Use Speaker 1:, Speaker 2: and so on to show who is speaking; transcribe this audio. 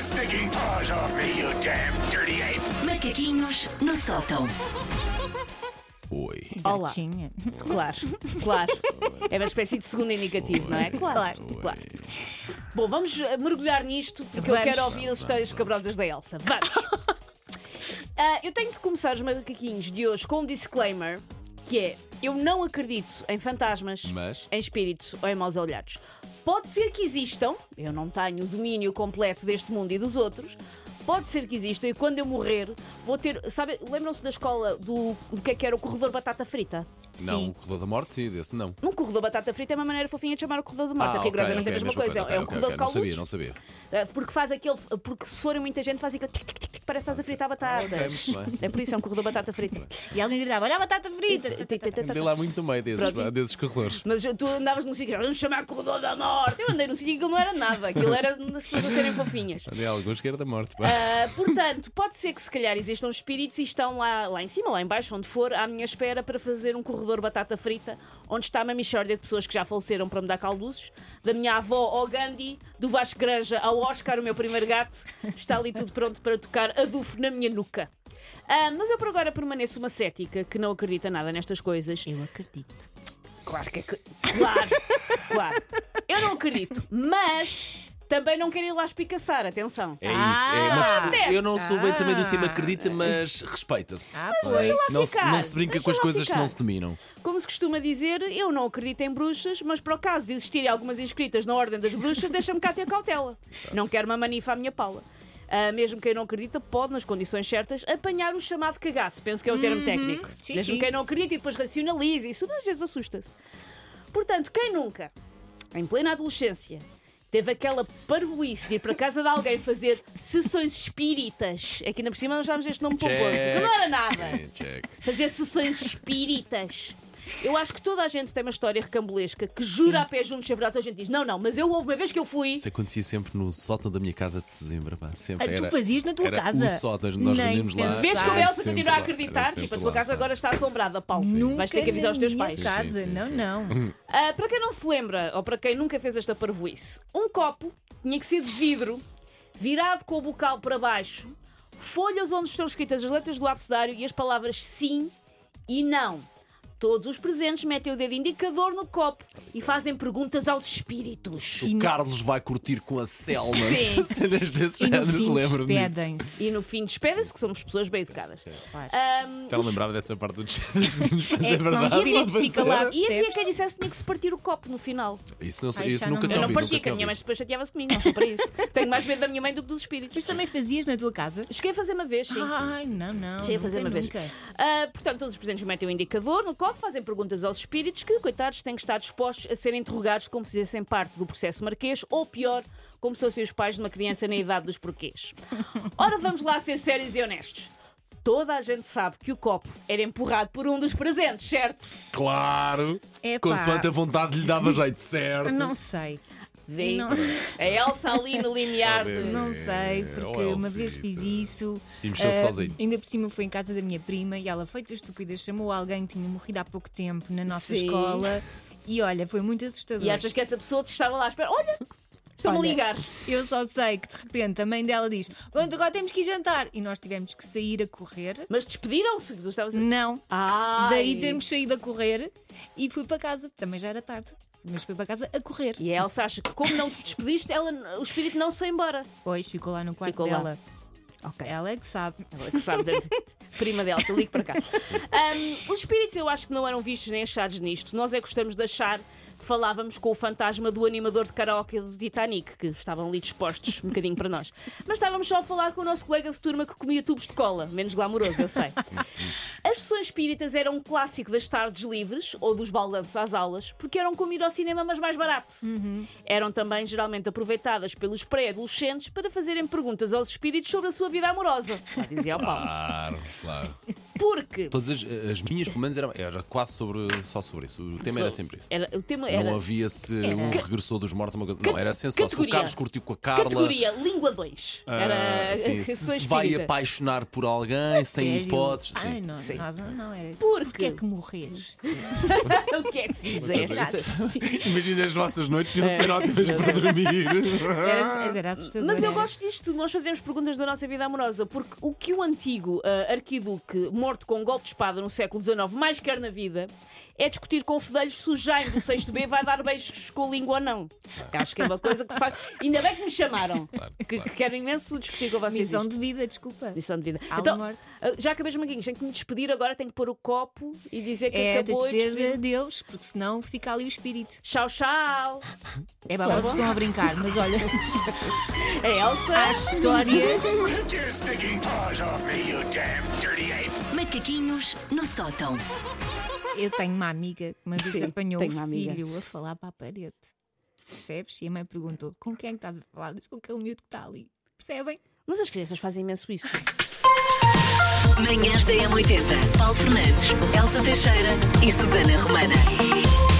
Speaker 1: sticking paws off me, you damn dirty ape!
Speaker 2: Macaquinhos no sótão.
Speaker 3: Oi.
Speaker 4: Olá.
Speaker 5: Tinha.
Speaker 4: Claro, claro. É uma espécie de segundo indicativo, não é?
Speaker 5: Claro.
Speaker 4: claro. Bom, vamos eh, mergulhar nisto, porque eu
Speaker 5: Vamos.
Speaker 4: quero ouvir as histórias cabrosas da Elsa. Vamos! Ah, eu tenho de começar os macaquinhos de hoje com um disclaimer, que é, eu não acredito em fantasmas,
Speaker 3: Mas?
Speaker 4: em espíritos ou em maus olhados. Pode ser que existam, eu não tenho o domínio completo deste mundo e dos outros, pode ser que existam e quando eu morrer vou ter... Sabe, lembram-se da escola do, do que é que era o corredor batata frita?
Speaker 3: Não,
Speaker 5: Sim.
Speaker 3: o corredor da morte, sim, desse não.
Speaker 4: Um corredor batata frita é uma maneira fofinha de chamar o corredor de morte.
Speaker 3: Ah, ok,
Speaker 4: é rigorosamente
Speaker 3: ok,
Speaker 4: a mesma coisa.
Speaker 3: ok,
Speaker 4: é um
Speaker 3: ok,
Speaker 4: corredor
Speaker 3: ok,
Speaker 4: de
Speaker 3: Não
Speaker 4: caldos.
Speaker 3: sabia, não sabia.
Speaker 4: Uh, Porque faz aquele. Porque se forem muita gente, faz aquele. Tic, tic, tic, tic, parece que estás a fritar batatas.
Speaker 3: Ok, muito bem.
Speaker 4: É por isso, é um corredor de batata frita.
Speaker 5: E alguém gritava: Olha a batata frita!
Speaker 3: Andei lá muito no meio desses,
Speaker 4: Pronto.
Speaker 3: desses corredores.
Speaker 4: Mas tu andavas num sítio, vamos chamar corredor da morte. Eu andei num sítio em que aquilo não era nada, aquilo era as pessoas a serem fofinhas.
Speaker 3: Andei alguns que era da morte. pá.
Speaker 4: Ah, portanto, pode ser que se calhar existam espíritos e estão lá, lá em cima, lá em baixo, onde for, à minha espera para fazer um corredor batata frita, onde está uma mixórdia de pessoas que já faleceram para me dar calduzes, da minha avó ao Gandhi, do Vasco Granja ao Oscar, o meu primeiro gato, está ali tudo pronto para tocar adufo na minha nuca. Ah, mas eu por agora permaneço uma cética que não acredita nada nestas coisas.
Speaker 5: Eu acredito.
Speaker 4: Claro que acre- Claro, claro. Eu não acredito, mas também não quero ir lá espicaçar, atenção.
Speaker 3: É isso. é uma
Speaker 5: Ah!
Speaker 3: pessoa- eu não sou bem também do time acredita, mas respeita-se.
Speaker 5: Ah, pois.
Speaker 3: não, se-
Speaker 4: ficar.
Speaker 3: não se brinca
Speaker 4: Deixa
Speaker 3: com as
Speaker 4: lá
Speaker 3: coisas
Speaker 4: ficar.
Speaker 3: que não se dominam.
Speaker 4: Como se costuma dizer, eu não acredito em bruxas, mas por acaso de existirem algumas inscritas na Ordem das Bruxas, deixa-me cá ter cautela. Não quero uma manifa à minha pala. Ah, mesmo quem não acredita pode, nas condições certas, apanhar o chamado cagaço. Penso que é o termo técnico.
Speaker 5: Uhum. Sim,
Speaker 4: mesmo
Speaker 5: sim.
Speaker 4: quem não acredita e depois racionaliza, isso às vezes assusta-se. Portanto, quem nunca, em plena adolescência, teve aquela parvoíce de ir para casa de alguém fazer sessões espíritas, é que ainda por cima nós damos este nome para o posto, que não era nada
Speaker 3: Sim, É, check.
Speaker 4: fazer sessões espíritas. Eu acho que toda a gente tem uma história recambulesca que jura a pé juntos, é verdade, toda a gente diz: não, não, mas eu houve uma vez que eu fui.
Speaker 3: Isso acontecia sempre no sótão da minha casa de Sesimbra, pá. Sempre
Speaker 5: Ah, tu
Speaker 3: era,
Speaker 5: fazias na tua
Speaker 3: era
Speaker 5: casa?
Speaker 3: O sótão, nós
Speaker 5: Nem
Speaker 3: reunimos lá.
Speaker 5: pensar.
Speaker 4: Vês
Speaker 3: era
Speaker 4: como
Speaker 5: Sai
Speaker 4: ela
Speaker 3: sempre
Speaker 4: continua a
Speaker 3: lá, era
Speaker 4: acreditar?
Speaker 3: sempre
Speaker 4: Tipo, a tua
Speaker 3: lá,
Speaker 4: casa
Speaker 3: pá.
Speaker 4: agora está assombrada, Paulo.
Speaker 5: Nunca
Speaker 4: Vais ter que avisar os teus
Speaker 5: na
Speaker 4: pais.
Speaker 5: minha
Speaker 3: Sim,
Speaker 5: casa.
Speaker 3: sim,
Speaker 5: não,
Speaker 3: sim.
Speaker 5: não.
Speaker 4: Ah, para quem não se lembra, ou para quem nunca fez esta parvoíce, um copo tinha que ser de vidro, virado com o bocal para baixo, folhas onde estão escritas as letras do abecedário e as palavras sim e não. Todos os presentes metem o dedo indicador no copo e fazem perguntas aos espíritos.
Speaker 3: O Carlos vai curtir com a Selma.
Speaker 4: Sim.
Speaker 3: Cenas desses
Speaker 5: E no
Speaker 3: géneros,
Speaker 5: fim
Speaker 3: lembro-me. disso.
Speaker 5: despedem-se.
Speaker 4: E no fim despedem-se, que somos pessoas bem educadas.
Speaker 5: Claro.
Speaker 4: Ahm,
Speaker 3: Estava lembrado dessa parte dos dos meninos, mas
Speaker 5: É
Speaker 3: é
Speaker 5: que senão o
Speaker 3: verdade.
Speaker 5: espírito
Speaker 3: não
Speaker 5: fica lá.
Speaker 3: passei.
Speaker 4: e havia
Speaker 5: percebes?
Speaker 4: quem dissesse que tinha que se partir o copo no final.
Speaker 3: Isso, não, sei-
Speaker 5: Ai,
Speaker 3: isso
Speaker 5: já não
Speaker 3: nunca
Speaker 5: me
Speaker 3: te
Speaker 4: eu
Speaker 5: Não
Speaker 3: ouvi.
Speaker 4: não partia,
Speaker 3: nunca
Speaker 4: que
Speaker 3: te
Speaker 4: a minha
Speaker 3: ouvi.
Speaker 4: mãe depois chateava-se comigo, não sou para isso. Tenho mais medo da minha mãe do que dos espíritos.
Speaker 5: Mas também Ah, fazias na tua casa?
Speaker 4: Cheguei a fazer uma vez, sim.
Speaker 5: Ai, não, não.
Speaker 4: Cheguei a fazer uma
Speaker 5: nunca,
Speaker 4: vez.
Speaker 5: nunca.
Speaker 4: Ah, portanto, todos os presentes metem o indicador no copo, fazem perguntas aos espíritos que, coitados, têm que estar dispostos a serem interrogados como se fizessem parte do processo marquês ou, pior, como se fossem os pais de uma criança na idade dos porquês. Ora, vamos lá ser sérios e honestos. Toda a gente sabe que o copo era empurrado por um dos presentes, certo?
Speaker 3: Claro.
Speaker 5: Epá.
Speaker 3: Consoante a vontade lhe dava jeito certo.
Speaker 5: Ah, Não sei.
Speaker 4: Vem
Speaker 5: Não-
Speaker 4: a Elsa ali no limiar de-
Speaker 3: Talvez.
Speaker 5: Não
Speaker 3: É,
Speaker 5: sei, porque
Speaker 3: ou
Speaker 5: uma
Speaker 3: Elsie,
Speaker 5: vez fiz
Speaker 3: tá.
Speaker 5: isso.
Speaker 3: E mexeu-se
Speaker 5: ah,
Speaker 3: sozinho.
Speaker 5: Ainda por cima foi em casa da minha prima e ela, feita estúpida, chamou alguém que tinha morrido há pouco tempo na nossa
Speaker 4: Sim.
Speaker 5: escola. E olha, foi muito assustador.
Speaker 4: E achas que essa pessoa te estava lá à espera? Olha, estão-me a
Speaker 5: Olha,
Speaker 4: ligar.
Speaker 5: Eu só sei que de repente a mãe dela diz: Pronto, agora temos que ir jantar. E nós tivemos que sair a correr.
Speaker 4: Mas despediram-se. tu estavas a-
Speaker 5: Não.
Speaker 4: Ai.
Speaker 5: Daí termos saído a correr e fui para casa. Também já era tarde, mas fui para casa a correr.
Speaker 4: E a Elsa acha que, como não te despediste, ela, o espírito não se foi embora.
Speaker 5: Pois ficou lá no quarto
Speaker 4: Ficou lá.
Speaker 5: dela.
Speaker 4: Ok.
Speaker 5: Ela é que sabe.
Speaker 4: Ela que sabe da prima dela, te ligo para cá. Ahm, os espíritos eu acho que não eram vistos nem achados nisto. Nós é que gostamos de achar que falávamos com o fantasma do animador de karaoke do Titanic, que estavam ali dispostos um bocadinho para nós. Mas estávamos só a falar com o nosso colega de turma que comia tubos de cola, menos glamouroso, eu sei. As sessões espíritas eram um clássico das tardes livres ou dos balanços às aulas, porque eram como ir ao cinema, mas mais barato. Eram também geralmente aproveitadas pelos pré-adolescentes para fazerem perguntas aos espíritos sobre a sua vida amorosa. Já dizia o Paulo.
Speaker 3: Claro, claro.
Speaker 4: Porque.
Speaker 3: Todas as, as minhas, pelo menos, eram- era quase sobre, só sobre isso. O tema era é sempre isso.
Speaker 4: Era- o tema era.
Speaker 3: Não havia se
Speaker 5: Era.
Speaker 3: um regressou dos mortos, uma coisa. Não, era assim só. Se o
Speaker 4: categoria.
Speaker 3: Carlos curtiu com a Carla.
Speaker 4: Categoria Língua 2.
Speaker 3: ah,
Speaker 4: Era a
Speaker 3: sim, se,
Speaker 4: sessão
Speaker 3: se vai
Speaker 4: espírita.
Speaker 3: apaixonar por alguém, se tem
Speaker 5: Sério?
Speaker 3: hipóteses. Sim.
Speaker 5: Ai, não, nós não era.
Speaker 4: Porque-
Speaker 5: Porquê é que morreste?
Speaker 4: O que é que fizeste?
Speaker 3: Imagina as nossas noites iam
Speaker 4: É.
Speaker 3: ser ótimas para dormir.
Speaker 5: Era, era assustador.
Speaker 4: Mas eu
Speaker 3: é.
Speaker 5: era.
Speaker 4: gosto disto, nós fazemos perguntas da nossa vida amorosa, porque o que o antigo ah, arquiduque, morto com um golpe de espada no século XIX, mais quer na vida é discutir com fedelhos se o Jaime do 6 B vai dar beijos com a língua ou não. Que acho que é uma coisa que de facto. Ainda bem que me chamaram,
Speaker 3: Claro,
Speaker 4: que,
Speaker 3: claro.
Speaker 4: que quero imenso discutir com vocês.
Speaker 5: Missão
Speaker 4: isto.
Speaker 5: de vida, desculpa.
Speaker 4: Missão de vida.
Speaker 5: Alma
Speaker 4: então,
Speaker 5: morte.
Speaker 4: ah, já acabei os manguinhos, tenho que me despedir agora, tenho que pôr o copo e dizer que
Speaker 5: É, tens de
Speaker 4: acabou e
Speaker 5: dizer
Speaker 4: despedir-me.
Speaker 5: adeus, porque senão fica ali o espírito.
Speaker 4: Tchau, tchau.
Speaker 5: É
Speaker 3: Tá
Speaker 5: pá, vocês estão a brincar, mas olha,
Speaker 4: É Elsa.
Speaker 5: há histórias.
Speaker 1: Take your stinking paws off me, you damn dirty ape!
Speaker 2: Macaquinhos no sótão.
Speaker 5: Eu tenho uma amiga que uma vez
Speaker 4: Sim,
Speaker 5: apanhou o
Speaker 4: tenho uma amiga.
Speaker 5: filho a falar para a parede. Percebes? E a mãe perguntou: com quem é que estás a falar? Disse com aquele miúdo que está ali. Percebem?
Speaker 4: Mas as crianças fazem imenso isso.
Speaker 2: Manhãs da M80. Paulo Fernandes, Elsa Teixeira e Susana Romana.